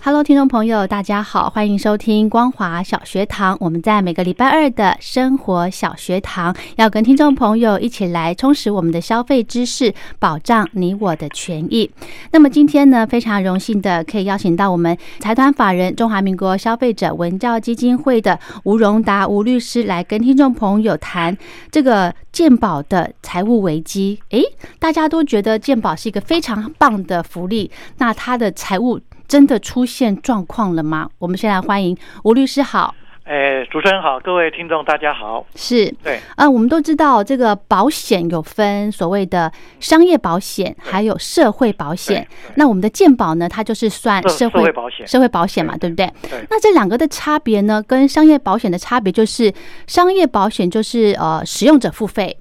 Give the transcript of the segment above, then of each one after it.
Hello，听众朋友，大家好，欢迎收听光华小学堂。我们在每个礼拜二的生活小学堂，要跟听众朋友一起来充实我们的消费知识，保障你我的权益。那么今天呢，非常荣幸的可以邀请到我们财团法人中华民国消费者文教基金会的吴荣达吴律师来跟听众朋友谈这个健保的财务危机。诶，大家都觉得健保是一个非常棒的福利，那它的财务。真的出现状况了吗？我们先来欢迎吴律师好，哎，主持人好，各位听众大家好。是对，呃，我们都知道这个保险有分所谓的商业保险，还有社会保险。对那我们的健保呢，它就是算社社社会会保险社会保险嘛，对不对对？那这两个的差别呢，跟商业保险的差别就是，商业保险就是呃使用者付费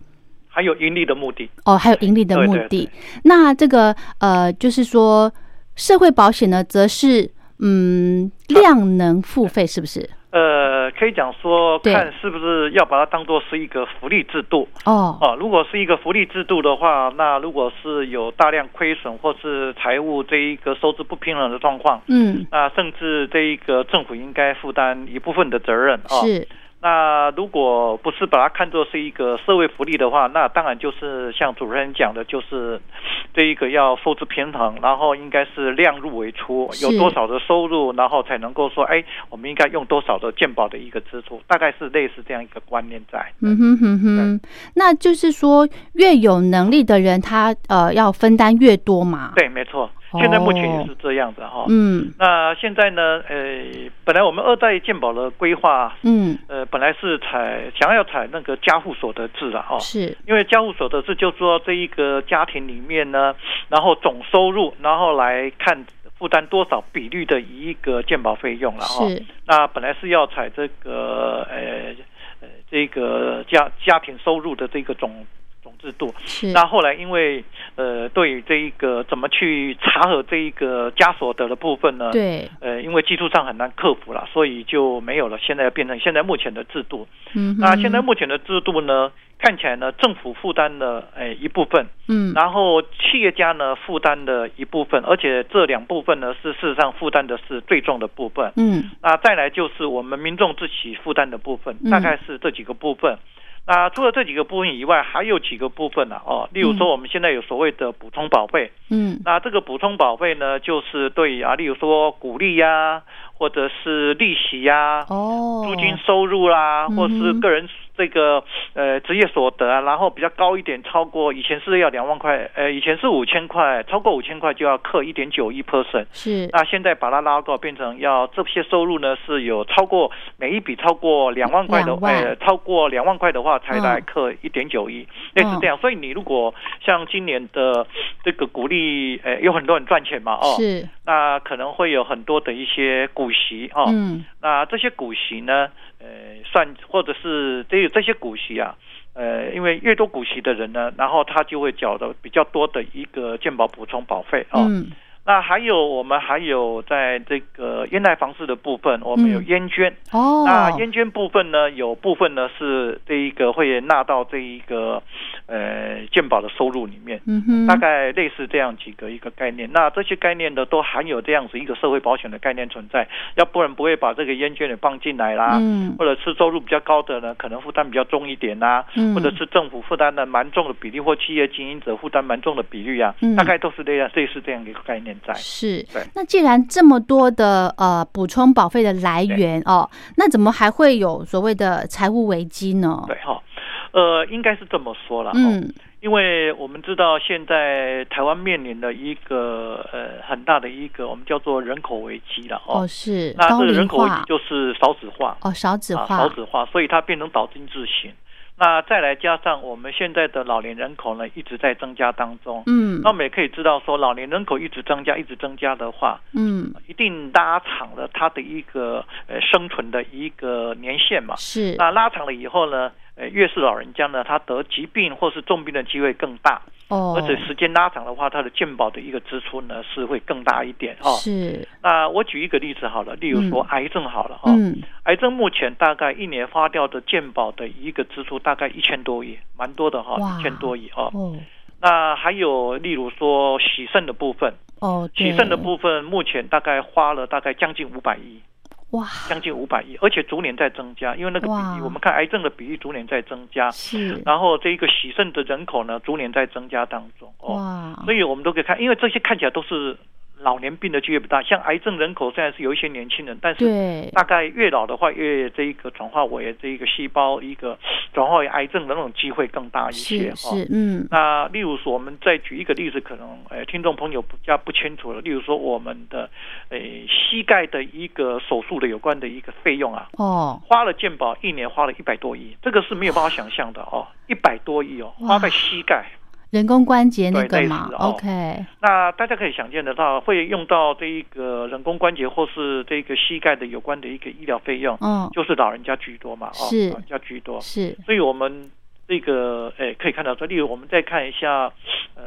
还有盈利的目的，哦，还有盈利的对目对的。那这个呃，就是说社会保险呢，则是嗯量能付费，是不是？呃，可以讲说对看是不是要把它当做是一个福利制度哦，哦。如果是一个福利制度的话，那如果是有大量亏损或是财务这一个收支不平衡的状况，嗯，那甚至这一个政府应该负担一部分的责任哦。是那如果不是把它看作是一个社会福利的话，那当然就是像主持人讲的，就是这一个要收支平衡，然后应该是量入为出，是有多少的收入，然后才能够说，哎，我们应该用多少的健保的一个支出，大概是类似这样一个观念在。嗯哼哼哼，那就是说，越有能力的人，他呃要分担越多嘛。，对，没错，哦现在目前也是这样子哈、嗯那现在呢，呃，本来我们二代健保的规划，嗯，呃，本来是采想要采那个家户所得制的哦。是因为家户所得制就是说这一个家庭里面呢，然后总收入，然后来看负担多少比率的一个健保费用了哈、哦。是，那本来是要采这个呃呃这个家家庭收入的这个总总制度，是，哦那后来因为呃对于这一个怎么去查核这一个家所得的部分呢？对，呃，因为技术上很难克服了，所以就没有了。现在变成现在目前的制度，嗯哼，那现在目前的制度呢，看起来呢，政府负担了诶、一部分，嗯然后企业家呢负担了一部分，而且这两部分呢是事实上负担的是最重的部分。嗯那再来就是我们民众自己负担的部分，嗯大概是这几个部分。那除了这几个部分以外，还有几个部分呢、哦，例如说我们现在有所谓的补充保费，嗯那这个补充保费呢，就是对啊，例如说股利呀、或者是利息呀、哦，租金收入啦、嗯哼或是个人这个呃职业所得啊，然后比较高一点，超过以前是要两万块，呃，以前是五千块，超过五千块就要课一点九一 percent。是那现在把它拉高，变成要这些收入呢是有超过每一笔超过两万块的，两万哦呃，超过两万块的话才嗯来课一点九一，类似这样。所以你如果像今年的这个鼓励，呃，有很多人赚钱嘛，哦，是，那可能会有很多的一些股息，哦，嗯那这些股息呢，呃，算或者是这这些股息啊，呃，因为越多股息的人呢，然后他就会缴的比较多的一个健保补充保费哦。嗯那还有我们还有在这个烟台房市的部分，我们有嗯烟捐。哦，那烟捐部分呢，有部分呢是这一个会纳到这一个呃健保的收入里面。嗯哼，大概类似这样几个一个概念。那这些概念呢，都含有这样子一个社会保险的概念存在，要不然不会把这个烟卷也放进来啦。嗯啊或者是收入比较高的呢，可能负担比较重一点啦、嗯或者是政府负担的蛮重的比例，或企业经营者负担蛮重的比率啊，嗯大概都是这样类似这样一个概念在。是对，那既然这么多的呃补充保费的来源哦，那怎么还会有所谓的财务危机呢？对哈、呃，应该是这么说了。哦，嗯因为我们知道现在台湾面临的一个呃很大的一个我们叫做人口危机了哦。哦是那高这个人龄口危机化就是少子化，哦少子啊、少化子化，所以它变成岛津自型。那再来加上我们现在的老年人口呢一直在增加当中，嗯那我们也可以知道说，老年人口一直增加，一直增加的话，嗯一定拉长了它的一个呃生存的一个年限嘛。是啊那拉长了以后呢，呃，越是老人家呢，他得疾病或是重病的机会更大，哦而且时间拉长的话，他的健保的一个支出呢是会更大一点哦。是那我举一个例子好了，例如说癌症好了哦，嗯癌症目前大概一年花掉的健保的一个支出大概一千多亿，蛮多的哈、哇一千多亿哦。哦那还有例如说洗肾的部分，哦洗对肾的部分目前大概花了大概将近五百亿，哇将近五百亿，而且逐年在增加，因为那个比哇例，我们看癌症的比例逐年在增加，是然后这一个洗肾的人口呢逐年在增加当中哦，哇所以我们都可以看，因为这些看起来都是老年病的机会不大，像癌症人口虽然是有一些年轻人，但是。对大概越老的话，越这一个转化为这一个细胞一个转化为癌症的那种机会更大一些是哦。是嗯那例如说，我们再举一个例子，可能呃听众朋友比较不清楚了。例如说，我们的呃膝盖的一个手术的有关的一个费用啊，哦花了健保一年花了一百多亿，这个是没有办法想象的哦，一百多亿哦，哇花在膝盖。人工关节那对个类嘛似哦，OK 那大家可以想见得到，会用到这一个人工关节或是这个膝盖的有关的一个医疗费用，嗯就是老人家居多嘛，哦是，老人家居多。是所以我们这个诶可以看到说，例如我们再看一下，呃，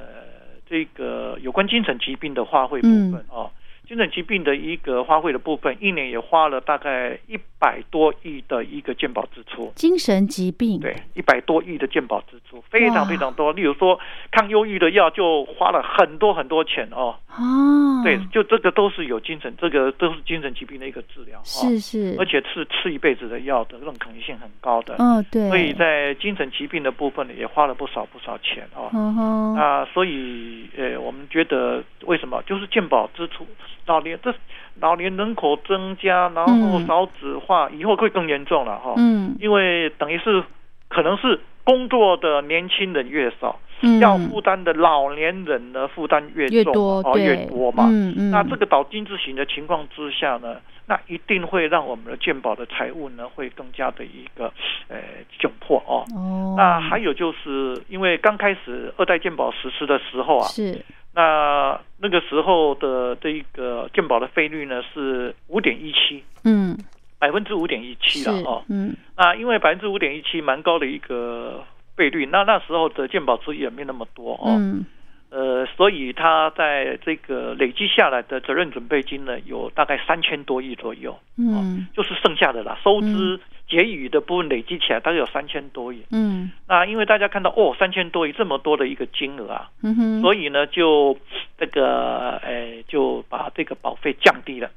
这个有关精神疾病的花卉部分、嗯哦，精神疾病的一个花卉的部分，一年也花了大概一百多亿的一个健保支出。精神疾病对，一百多亿的健保支出非哇常非常多。例如说，抗忧郁的药就花了很多很多钱哦。啊对，就这个都是有精神，这个都是精神疾病的一个治疗、哦，是是而且是吃一辈子的药的，这种可能性很高的。嗯对哦所以在精神疾病的部分呢，也花了不少不少钱哦。嗯哼啊，所以呃，我们觉得为什么就是健保支出，老年这老年人口增加，然后嗯少子化，以后会更严重了哈、哦。嗯因为等于是可能是工作的年轻人越少，嗯要负担的老年人呢负担越重越多哦对越多嘛。嗯嗯那这个倒金字型的情况之下呢，那一定会让我们的健保的财务呢会更加的一个呃窘迫哦。哦那还有就是因为刚开始二代健保实施的时候啊，是那那个时候的这一个健保的费率呢是五点一七，嗯百分之五点一七是了哦。嗯那因为百分之五点一七蛮高的一个费率，那那时候的健保资源没那么多哦。嗯呃，所以他在这个累积下来的责任准备金呢，有大概三千多亿左右，嗯就是剩下的啦，收嗯支结余的部分累积起来大概有三千多亿。嗯那因为大家看到哦，三千多亿这么多的一个金额啊，嗯哼所以呢，就这个呃，就把这个保费降低了。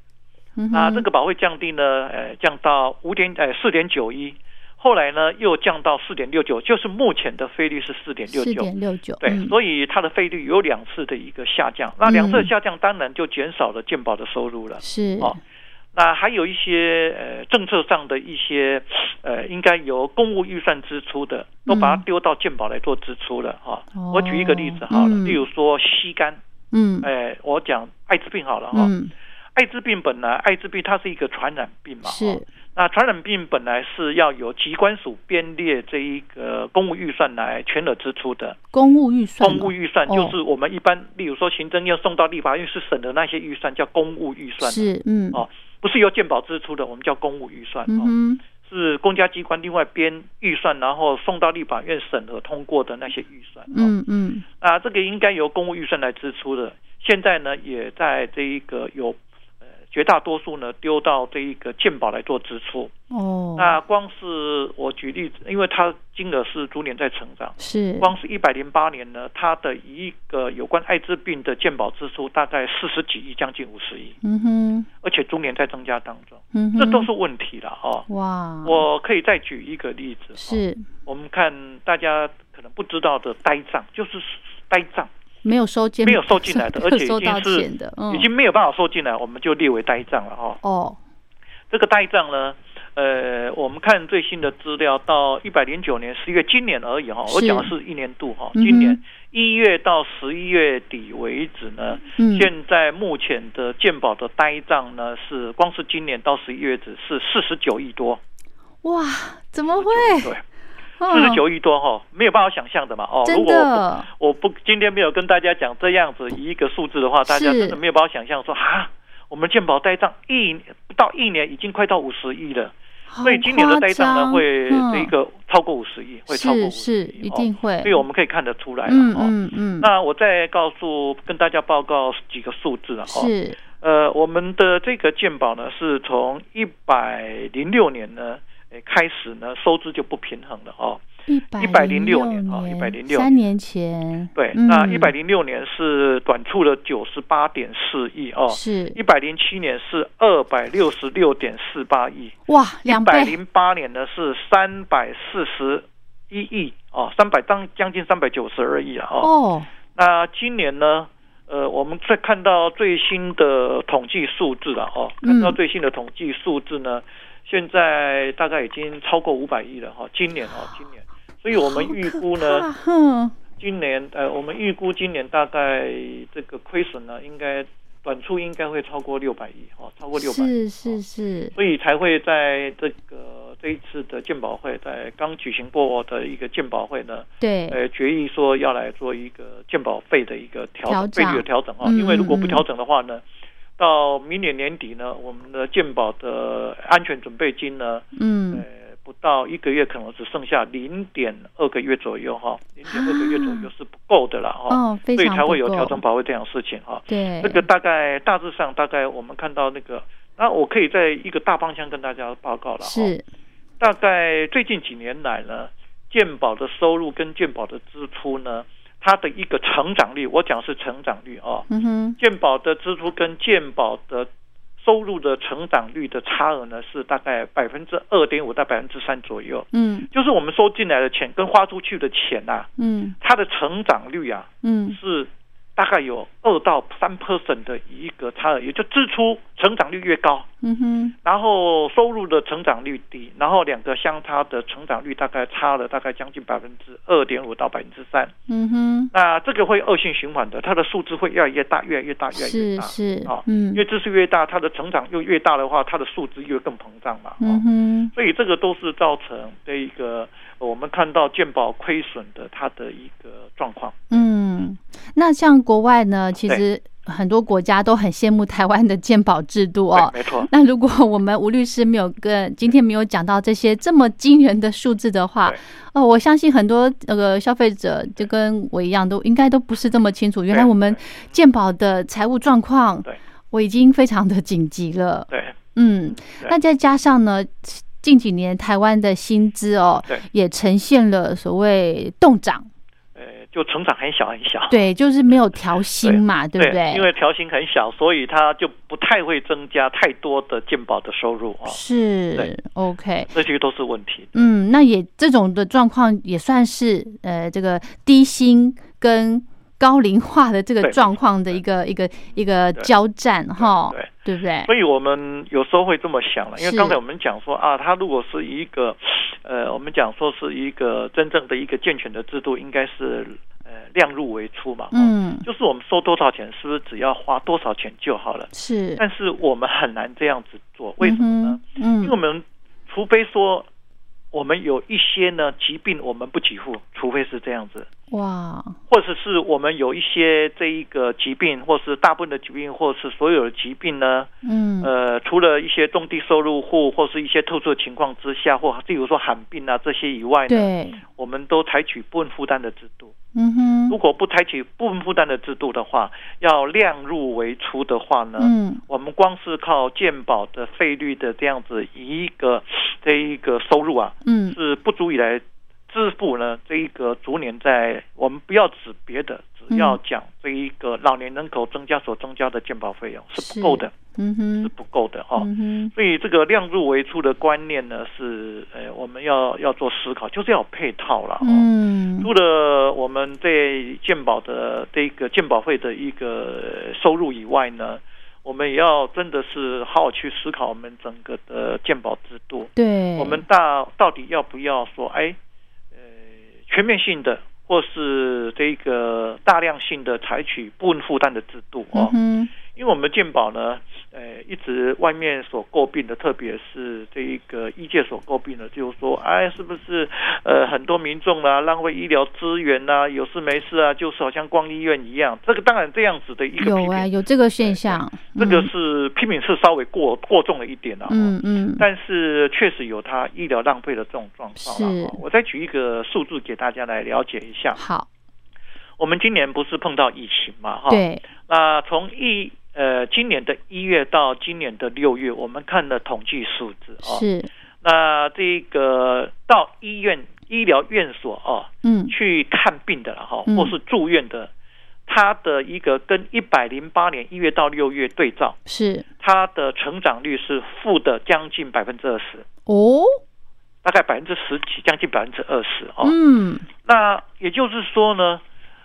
嗯哼那这个保费降低呢，呃，降到五点呃四点九一，后来呢又降到四点六九，就是目前的费率是四点六四九。点六九对，嗯所以它的费率有两次的一个下降，那两次的下降当然就减少了健保的收入了。是哦那还有一些呃政策上的一些呃，应该由公务预算支出的，都把它丢到健保来做支出了哈、嗯哦我举一个例子好了，嗯例如说吸肝，嗯哎、我讲艾滋病好了哈、嗯艾滋病本来艾滋病它是一个传染病嘛，哈是那传染病本来是要由机关署编列这一个公务预算来全额支出的，公务预算公务预预算哦就是我们一般，例如说行政院送到立法院去审的那些预算叫公务预算，是嗯哦，不是由健保支出的，我们叫公务预算，嗯哦，哼是公家机关另外编预算，然后送到立法院审核通过的那些预算，哦，嗯嗯啊，这个应该由公务预算来支出的，现在呢也在这一个有。呃绝大多数呢丢到这一个健保来做支出，哦那光是我举例子，因为它金额是逐年在成长，是光是一百零八年呢，它的一个有关艾滋病的健保支出大概四十几亿，将近五十亿，嗯哼而且逐年在增加当中，嗯哼这都是问题了哦。哇我可以再举一个例子、哦，是我们看大家可能不知道的呆账，就是呆账，没有收件没有收进 来的而且已经收到是钱的嗯已经没有办法收进来，我们就列为呆账了哦。哦这个呆账呢，呃，我们看最新的资料，到一百零九年十月，今年而已哈，是我讲的是一年度哈，嗯哼今年一月到十一月底为止呢，嗯，现在目前的健保的呆账呢是，光是今年到十一月止是四十九亿多，哇，怎么会？对，四四十九亿多哈，没有办法想象的嘛哦，如嗯真果我不的，我不今天没有跟大家讲这样子一个数字的话，大家是真的没有办法想象说啊，我们健保呆账一不到一年已经快到五十亿了。所以今年的呆账呢，会这这一个超过五十亿，会超过嗯是五是十一亿，定哦。会，所以我们可以看得出来了嗯哦。嗯嗯，那我再告诉跟大家报告几个数字啊，哦，是呃，我们的这个健保呢，是从一百零六年呢，诶开始呢，收支就不平衡了哦。一106年年哦106年三年前，对，嗯那一百零六年是短促了九十八点四亿哦，是一百零七年是二百六十六点四八亿，哇两一百倍，零八年呢是三百四十一亿哦，三百当将近三百九十二亿啊哦。哦，那今年呢？呃，我们再看到最新的统计数字了哦，嗯看到最新的统计数字呢，现在大概已经超过五百亿了哈、哦，今年哦，今年，所以我们预估好呢，可怕啊哼，今年呃，我们预估今年大概这个亏损呢，应该短处应该会超过六百亿哦，超过六百亿。是是哦是，所以才会在这个这一次的鉴宝会，在刚举行过的一个鉴宝会呢，对，呃，决议说要来做一个鉴保费的一个调调整整费率的调整啊，嗯因为如果不嗯调整的话呢，到明年年底呢，我们的鉴保的安全准备金呢，呃嗯，，不到一个月可能只剩下零点二个月左右哈，零点二个月左右是不够的了哈，哦，非所以常才会不有够调整，保费这样的事情哈。对，这个大概大致上大概我们看到那个，那我可以在一个大方向跟大家报告了。哦，是大概最近几年来呢，健保的收入跟健保的支出呢，它的一个成长率，我讲是成长率哦，嗯哼，健保的支出跟健保的收入的成长率的差额呢，是大概百分之二点五到百分之三左右，嗯就是我们收进来的钱跟花出去的钱呐、嗯它的成长率啊，嗯，是大概有二到三 percent 的一个差额，也就支出成长率越高，嗯哼，然后收入的成长率低，然后两个相差的成长率大概差了大概将近百分之二点五到百分之三，嗯哼，那这个会恶性循环的，它的数字会越来越大，越来越大，越来越是大。是啊，嗯因为支出越大，它的成长又越大的话，它的数字又更膨胀嘛。哦嗯哼，所以这个都是造成这一个呃我们看到健保亏损的它的一个状况。嗯，那像国外呢，其实很多国家都很羡慕台湾的健保制度哦对，。没错。那如果我们吴律师没有跟今天没有讲到这些这么惊人的数字的话对，哦，我相信很多那个消费者就跟我一样，都应该都不是这么清楚。原来对我们对健保的财务状况对，我已经非常的紧急了。对。嗯，对那再加上呢，近几年台湾的薪资哦对，也呈现了所谓动涨。呃，就成长很小很小，对，就是没有调薪嘛，对不对？因为调薪很小，所以它就不太会增加太多的健保的收入啊、是对 OK，这些都是问题。嗯，那也这种的状况也算是呃这个低薪跟高龄化的这个对状况的一个一个一个对交战哈，对，对不对？所以我们有时候会这么想了，因是为刚才我们讲说啊，它如果是一个，呃，我们讲说是一个真正的一个健全的制度，应该是呃量入为出嘛，哦，嗯，就是我们收多少钱，是不是只要花多少钱就好了？是，但是我们很难这样子做，为什么呢？嗯因为我哼？嗯，们除非说我们有一些呢疾病我们不给付，除非是这样子，嗯哇，或者是我们有一些这一个疾病，或是大部分的疾病，或是所有的疾病呢，嗯，呃，除了一些中低收入户或是一些特殊的情况之下，或例如说罕病啊这些以外呢，对，我们都采取部分负担的制度。嗯哼，如果不采取部分负担的制度的话，要量入为出的话呢，嗯，我们光是靠健保的费率的这样子一个这一个收入啊，嗯，是不足以来支付呢这一个逐年在我们不要指别的，只要讲这一个老年人口增加所增加的健保费用是不够的，嗯是哼，不够的哦。嗯哼，所以这个量入为出的观念呢，是呃我们要要做思考，就是要有配套了哦。嗯，除了我呃们对健保的这个健保费的一个收入以外呢，我们也要真的是好好去思考我们整个的健保制度，对，我们大到底要不要说，哎，呃，全面性的或是这个大量性的采取部分负担的制度哦嗯，哼，因为我们健保呢，呃，一直外面所诟病的，特别是这一个医界所诟病的，就是说，哎，是不是呃很多民众啊浪费医疗资源呐、有事没事啊，就是好像逛医院一样。这个当然这样子的一个批有评，哎、有这个现象，这个是批评是稍微过过重了一点了、啊。嗯，嗯嗯，但是确实有它医疗浪费的这种状况是了、我再举一个数字给大家来了解一下。好，我们今年不是碰到疫情嘛，哈，对，那从一呃今年的一月到今年的六月，我们看了统计数字哦。是，那这个到医院医疗院所哦嗯，去看病的了哈、嗯或是住院的，它的一个跟一百零八年一月到六月对照，是，它的成长率是负的将近百分之二十，哦，大概百分之十几，将近百分之二十哦。嗯，那也就是说呢，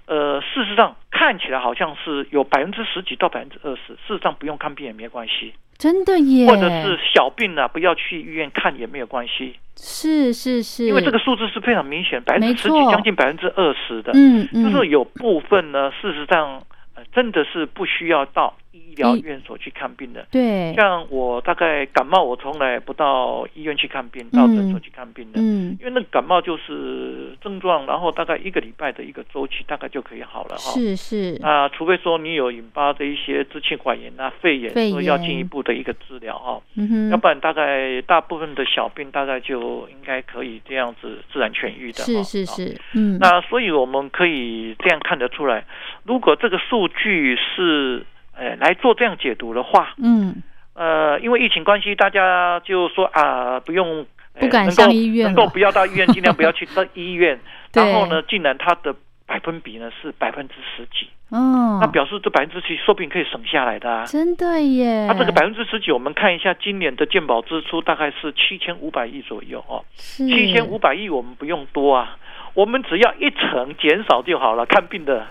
呃，事实上看起来好像是有百分之十几到百分之二十，事实上不用看病也没关系，真的耶，或者是小病啊，不要去医院看也没有关系，是是是，因为这个，数字是非常明显，百分没之十错几将近百分之二十的，嗯嗯，就是有部分呢，事实上、呃、真的是不需要到医疗医院所去看病的。对，像我大概感冒，我从来不到医院去看病，到诊所去看病的。嗯，因为那个感冒就是症状，然后大概一个礼拜的一个周期，大概就可以好了哈。是是，哦啊、除非说你有引发的一些支气管炎啊、肺炎，肺炎说要进一步的一个治疗哈、嗯要哼，不然大概大部分的小病大概就应该可以这样子自然痊愈的、是哈是啊是，嗯，那所以我们可以这样看得出来，如果这个数据是呃来做这样解读的话，嗯，呃，因为疫情关系，大家就说啊，不用。呃不敢能够上医院能够了不要到医院， 尽量不要去到医院。对然后呢，竟然它的百分比呢是百分之十几，哦，那表示这百分之十说不定可以省下来的啊。啊真的耶，它、这个百分之十几，我们看一下今年的健保支出大概是七千五百亿左右哦，是七千五百亿我们不用多啊，我们只要一成减少就好了，看病的，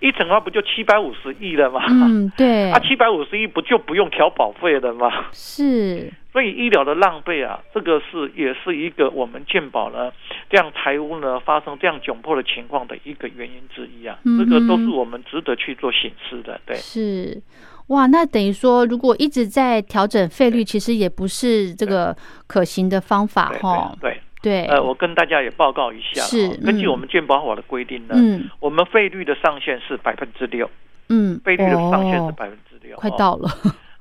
一成的话不就七百五十亿了吗？嗯，对，啊，七百五十亿不就不用调保费了吗？是，所以医疗的浪费啊，这个是也是一个我们健保呢这样财务呢发生这样窘迫的情况的一个原因之一啊，嗯哼这个都是我们值得去做省思的。对，是。哇，那等于说，如果一直在调整费率，其实也不是这个可行的方法对哈。对嗯对对，，呃，我跟大家也报告一下啊，是根据嗯我们健保法的规定呢，嗯我们费率的上限是百分之六，嗯，费率的上限是哦，百分之六，快哦到了，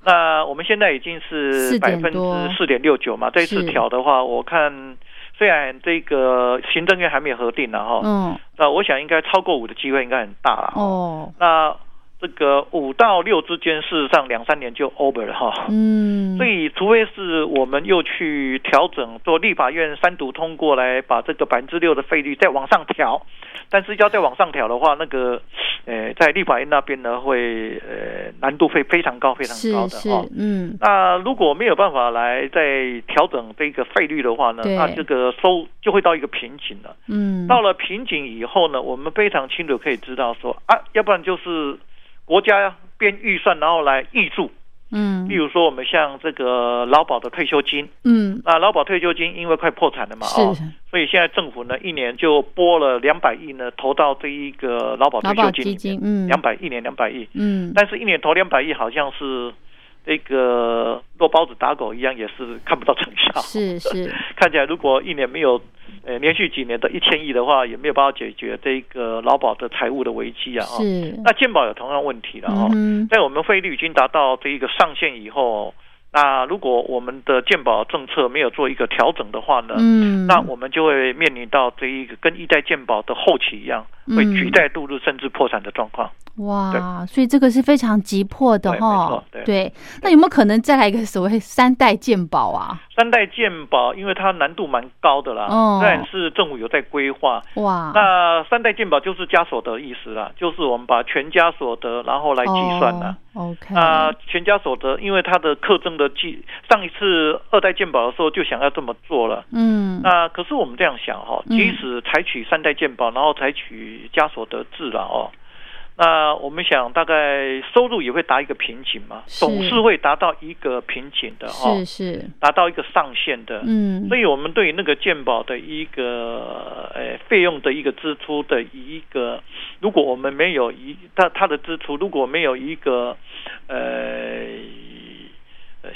那我们现在已经是百4.4分之四点六九嘛，这一次是调的话，我看虽然这个行政院还没有核定呢、哈、 嗯那我想应该超过五的机会应该很大了。哦，那这个五到六之间，事实上两三年就 over 了哈、嗯，所以，除非是我们又去调整，做立法院三读通过来，把这个百分之六的费率再往上调。但是要再往上调的话，那个，呃，在立法院那边呢，会呃难度会非常高，非常高是的是哦。，嗯那如果没有办法来再调整这个费率的话呢，对那这个收就会到一个瓶颈了。嗯，到了瓶颈以后呢，我们非常清楚可以知道说啊，要不然就是国家编预算然后来挹注，嗯例如说我们像这个劳保的退休金，嗯那劳保退休金因为快破产了嘛，哦，是所以现在政府呢一年就拨了两百亿呢，投到这一个劳保退劳休保金里基金，面，嗯，两百一年两百亿，嗯，但是一年投两百亿好像是。这个落包子打狗一样，也是看不到成效。是是，看起来如果一年没有，呃，连续几年的一千亿的话，也没有办法解决这个劳保的财务的危机啊、哦。是，那健保有同样问题了哦。嗯哼在我们费率已经达到这一个上限以后，那如果我们的健保政策没有做一个调整的话呢，嗯，那我们就会面临到这一个跟一代健保的后期一样，会嗯举债度日甚至破产的状况。哇，所以这个是非常急迫的对没哈错，对那有没有可能再来一个所谓三代鉴宝啊？三代健保因为它难度蛮高的啦，哦但是政府有在规划，哇，那三代健保就是加所得意思啦，就是我们把全家所得然后来计算啊啦。哦，OK，那、全家所得，因为它的课征的计，上一次二代健保的时候就想要这么做了。嗯，那可是我们这样想哈、哦，嗯即使采取三代健保，然后采取家所得制了哦，那我们想大概收入也会达一个瓶颈嘛，是总是会达到一个瓶颈的哈、是是，达到一个上限的。嗯所以我们哦对于那个健保的一个呃费用的一个支出的一个，如果我们没有一它它的支出如果没有一个呃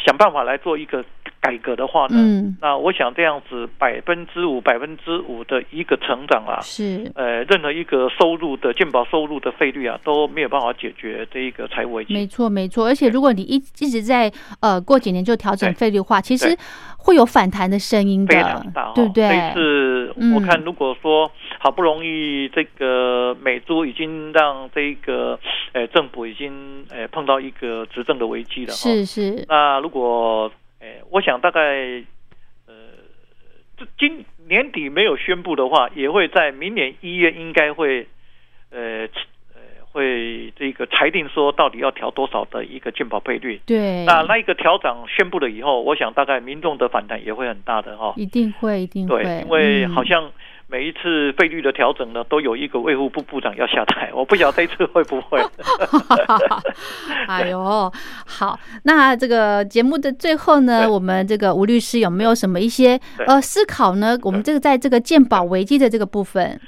想办法来做一个改革的话呢，嗯那我想这样子百分之五百分之五的一个成长啊。是呃，任何一个收入的健保收入的费率啊，都没有办法解决这一个财务危没机。错没错，而且如果你一一直在呃过几年就调整对费率化，其实对会有反弹的声音非的常大、哦，，对不对嗯这一？次我看，如果说好不容易这个美珠已经让这个呃政府已经呃碰到一个执政的危机了、哦，是是，那如果呃，我想大概呃，这今年底没有宣布的话，也会在明年一月应该会呃呃会这个裁定说到底要调多少的一个健保费率。对，那那一个调整宣布了以后，我想大概民众的反弹也会很大的哈、哦一定会一定对会，，因为好嗯像每一次费率的调整呢，都有一个卫护部部长要下台， 我不晓得这一次会不 会。 哎呦，好，那这个节目的最后呢，对我们这个吴律师有没有什么一些对呃思考呢？我们这个在这个鉴宝危机的这个部分，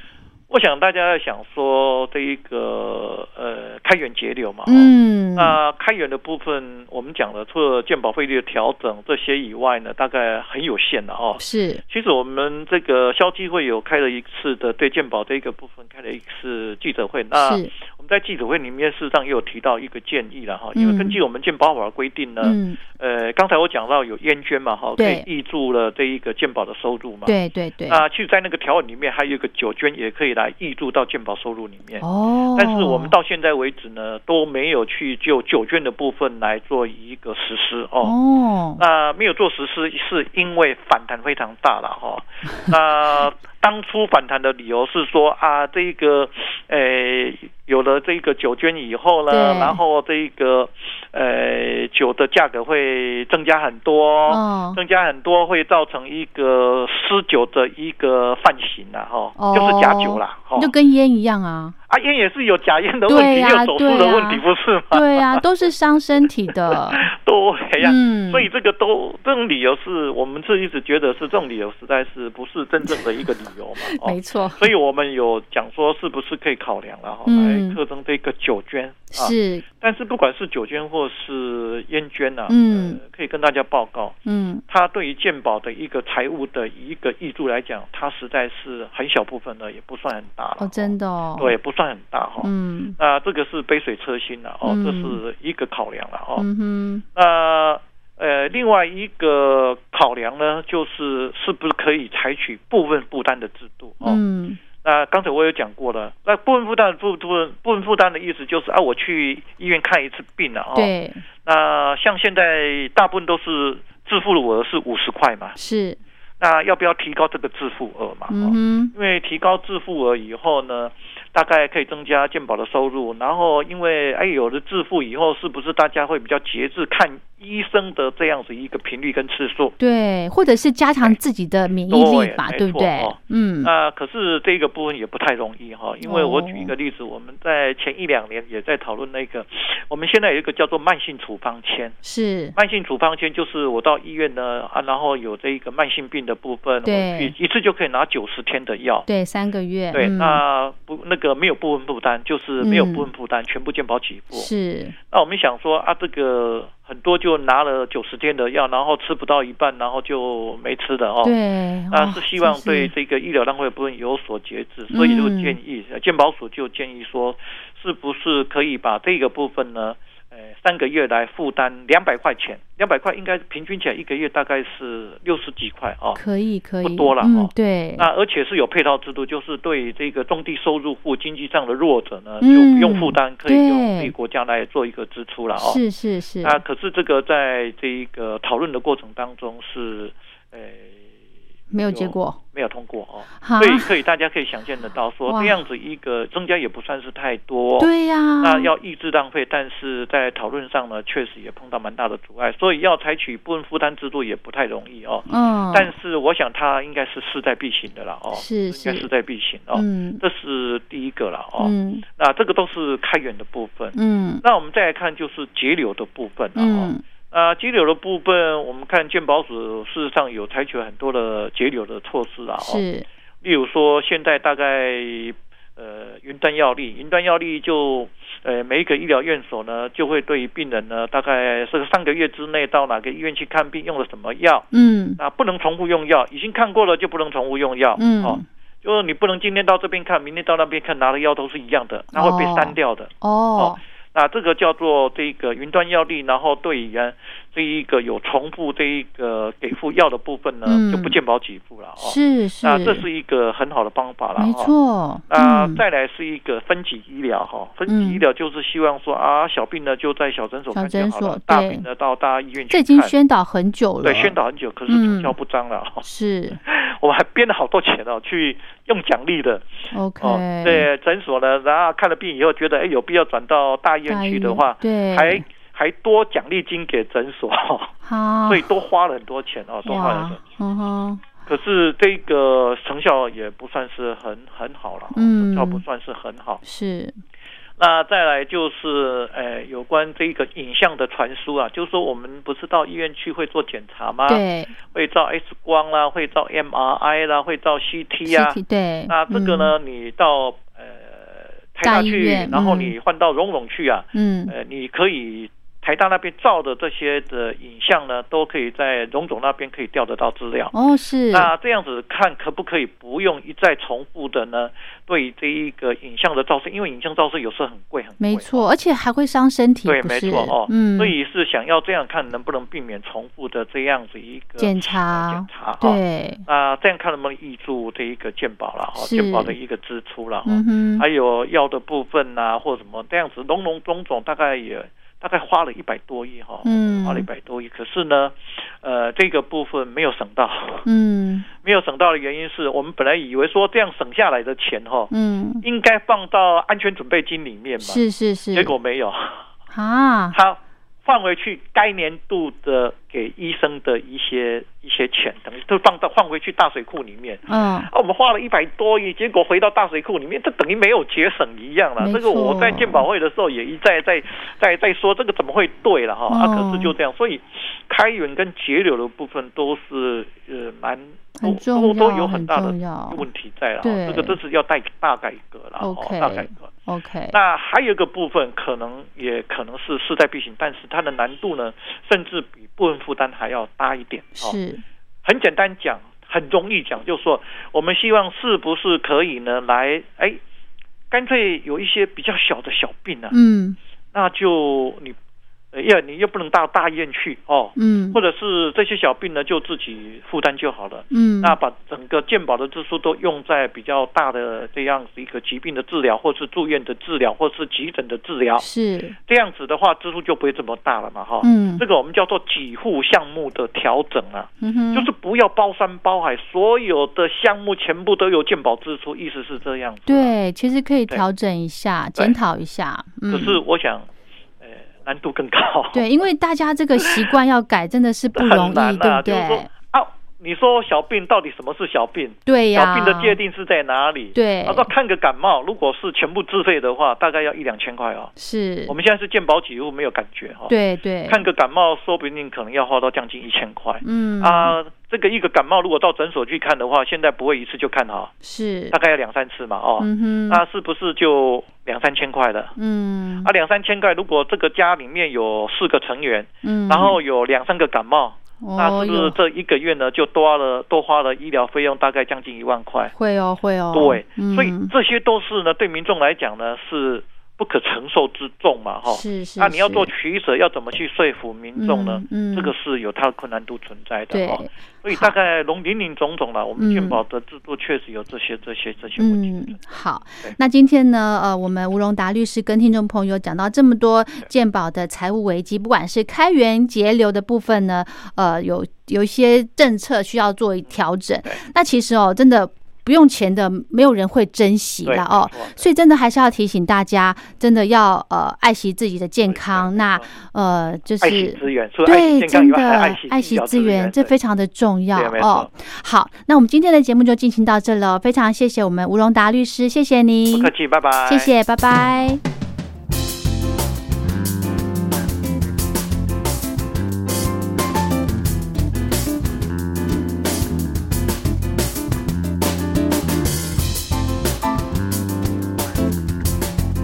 我想大家要想说这一个呃开源节流嘛，哦嗯，那开源的部分我们讲了，除了健保费率的调整这些以外呢，大概很有限的哦。是其实我们这个消基会有开了一次的对健保这一个部分开了一次记者会，那是，我们在记者会里面事实上也有提到一个建议了哈，因为嗯根据我们健保法的规定呢，嗯，呃，刚才我讲到有烟捐嘛哈，可对以挹注了这一个健保的收入嘛，对对对，那其实，在那个条文里面还有一个酒捐也可以来挹注到健保收入里面。哦，但是我们到现在为止呢，都没有去就酒券的部分来做一个实施哦。哦，那没有做实施，是因为反弹非常大了 哈、那当初反弹的理由是说啊，这个，呃，有了这个酒捐以后呢，对然后这个，呃，酒的价格会增加很多，哦增加很多会造成一个私酒的一个犯行啦、哈、哦就是假酒啦，哦哈、就跟烟一样 啊，啊，烟也是有假烟的问对题，也呀有走私的对问题，呀不是吗？ 对啊，都是伤身体的，对哎呀、嗯所以这个都这种理由是我们是一直觉得是这种理由，实在是不是真正的一个理由 嘛？没哦，错，所以我们有讲说是不是可以考量了哈、嗯来特征这个酒捐啊。是，但是不管是酒捐或是烟捐呐、啊，嗯呃可以跟大家报告，嗯，它对于健保的一个财务的一个益助来讲，它实在是很小部分呢，也不算很大了。哦，真的、的哦，对，，哦不算很大哈、嗯那、这个是杯水车薪了哦，嗯这是一个考量了哦。嗯哼，那呃，另外一个考量呢，就是是不是可以采取部分负担的制度哦。嗯那刚才我有讲过了，那部分负担部部分部分负担的意思就是啊，我去医院看一次病了哦。。对，那像现在大部分都是自付额是五十块嘛，是，那要不要提高这个自付额嘛？哦嗯哼，因为提高自付额以后呢，大概可以增加健保的收入。然后，因为哎，有了自付以后，是不是大家会比较节制看医生的这样子一个频率跟次数？对，或者是加强自己的免疫力对吧，没对不错对哦？嗯，哦那、可是这个部分也不太容易哈，因为我举一个例子，我们在前一两年也在讨论那个，我们现在有一个叫做慢性处方签。是，慢性处方签就是我到医院呢啊，然后有这个慢性病的部分，对我去一次就可以拿九十天的药。对，三个月，对，嗯那不那个没有部分负担，就是没有部分负担，全部健保起付。是，那我们想说啊，这个很多就拿了九十天的药，然后吃不到一半，然后就没吃的哦。对，那哦是希望真对是这个医疗浪费的部分有所节制，所以就建议呃健保署就建议说，是不是可以把这个部分呢？呃，三个月来负担两百块钱，两百块应该平均起来一个月大概是六十几块哦。可以可以，不多了嗯哦，对，那而且是有配套制度，就是对这个中低收入户经济上的弱者呢，就嗯不用负担，可以由对自己国家来做一个支出了哦。是是是，那可是这个在这一个讨论的过程当中是，呃，没有结果，没有通过哦。哈所以可以大家可以想见得到说，啊哇这样子一个增加也不算是太多。对啊呀、哦那要抑制浪费，但是在讨论上呢，确实也碰到蛮大的阻碍，所以要采取部分负担制度也不太容易哦。嗯，但是我想它应该是势在必行的啦哦，是应该是势在必行哦，嗯这是第一个啦哦。嗯那这个都是开源的部分。嗯那我们再来看就是节流的部分了哦。嗯啊，节流的部分，我们看健保署事实上有采取很多的节流的措施啊、哦，是例如说现在大概呃云端药力，云端药力就呃每一个医疗院所呢就会对病人呢大概是三个月之内到哪个医院去看病用了什么药，嗯啊不能重复用药，已经看过了就不能重复用药，哦嗯，就是你不能今天到这边看，明天到那边看，拿的药都是一样的，那会被哦删掉的。哦那这个叫做这个云端药力，然后对于人这一个有重复这一个给付药的部分呢，嗯就不健保给付了哦。是是，那这是一个很好的方法了没哦。错，那嗯再来是一个分级医疗哈，分嗯级医疗就是希望说啊，小病呢就在小诊所小看就诊好了所，嗯大对病呢到大医院去这看。已经宣导很久了，对宣导很久，可是嗯成效不彰了。哦是我们还编了好多钱哦，去用奖励的 OK，哦。对诊所呢，然后看了病以后觉得哎有必要转到大医大院医去的院话，对，啊还还多奖励金给诊所，好所以多花了很多钱哦，多花了很多哇。，嗯哼，可是这个成效也不算是很很好了，哦嗯成效不算是很好。是那再来就是，呃，有关这个影像的传输啊，就是说我们不是到医院去会做检查吗？，对会照 X 光啦，会照 MRI 啦，会照 CT 啊。 CT 对，那这个呢，你到呃台嗯大大医去，院然后嗯你换到荣荣去啊，嗯？嗯，呃，你可以台大那边照的这些的影像呢，都可以在荣总那边可以调得到资料。哦是，那这样子看可不可以不用一再重复的呢？对这一个影像的照射，因为影像照射有时候很贵，很贵。没。错，而且还会伤身体，哦对，不没是错哦，嗯，所以是想要这样看能不能避免重复的这样子一个检呃查检，查哦，对，那这样看能不能挹注这一个健保了哦，是健保的一个支出了哦，嗯哼，还有药的部分呐、或什么这样子，隆隆种种大概也大概花了一百多亿哈、嗯花了一百多亿。可是呢，呃，这个部分没有省到， 嗯没有省到的原因是我们本来以为说这样省下来的钱哈、嗯，应该放到安全准备金里面嘛，是是是，结果没有， 啊，它放回去该年度的给医生的一些一些钱，等于都放到放回去大水库里面。嗯，啊，我们花了一百多亿，结果回到大水库里面，这等于没有节省一样了没。错这个我在鉴宝会的时候也一再再再再说，这个怎么会对了哈？啊，哦可是就这样，所以开源跟节流的部分都是呃蛮很重都要，都有很很大的重要问题在了哈，对这个这是要大大改革了，哦 OK 哎大改革。 ，OK，那哦还有一个部分，可能也可能是势在必行，但是它的难度呢，甚至比部分负担还要大一点。哦，是，很简单讲，很容易讲，就是说我们希望是不是可以呢来，哎，干脆有一些比较小的小病啊，嗯那就你，呃，要你又不能到大医院去哦，嗯或者是这些小病呢就自己负担就好了。嗯，那把整个健保的支出都用在比较大的这样子一个疾病的治疗，或是住院的治疗，或是急诊的治疗，是，这样子的话，支出就不会这么大了嘛，哈。嗯这个我们叫做几户项目的调整啊，嗯哼，就是不要包山包海，所有的项目全部都有健保支出，意思是这样子。。对，其实可以对调整一下，对检讨一下。嗯，可是哦我想，呃，难度更高。对，因为大家这个习惯要改，真的是不 很容易，难对啊，不就是说对？啊，你说小病到底什么是小病？对呀、小病的界定是在哪里？对啊，那看个感冒，如果是全部自费的话，大概要一两千块哦。是我，们现在是健保几乎没有感觉哈、哦。，对对，看个感冒，说不定可能要花到将近一千块。嗯，啊，这个一个感冒如果到诊所去看的话，现在不会一次就看好，是大，概要两三次嘛，哦，嗯哼，那是不是就两三千块了？嗯啊，两三千块，如果这个家里面有四个成员，嗯，然后有两三个感冒，那哦是不是有这一个月呢就多了多花了医疗费用大概将近一万块？会哦会哦，对，嗯所以这些都是呢，对民众来讲呢是不可承受之重嘛，哈。是是，那你要是做取舍，要怎么去说服民众呢？嗯嗯这个是有它的困难度存在的对哈。所以好大概龙林林总总了，我嗯们健保的制度确实有这些、这些、这些问题。嗯，好对。那今天呢，呃，我们吴荣达律师跟听众朋友讲到这么多健保的财务危机，不管是开源节流的部分呢，呃，有有一些政策需要做调整对。那其实哦，真的不用钱的，没有人会珍惜对了哦。，没错所以真的还是要提醒大家，真的要呃爱惜自己的健康。对那没错呃就是爱惜资源，除了爱惜对，健康真以的外，还爱惜爱医惜疗资源，这对非常的重要对没哦。好，那我们今天的节目就进行到这了，非常谢谢我们吴荣达律师，谢谢不您客，气，拜拜，谢谢，拜拜。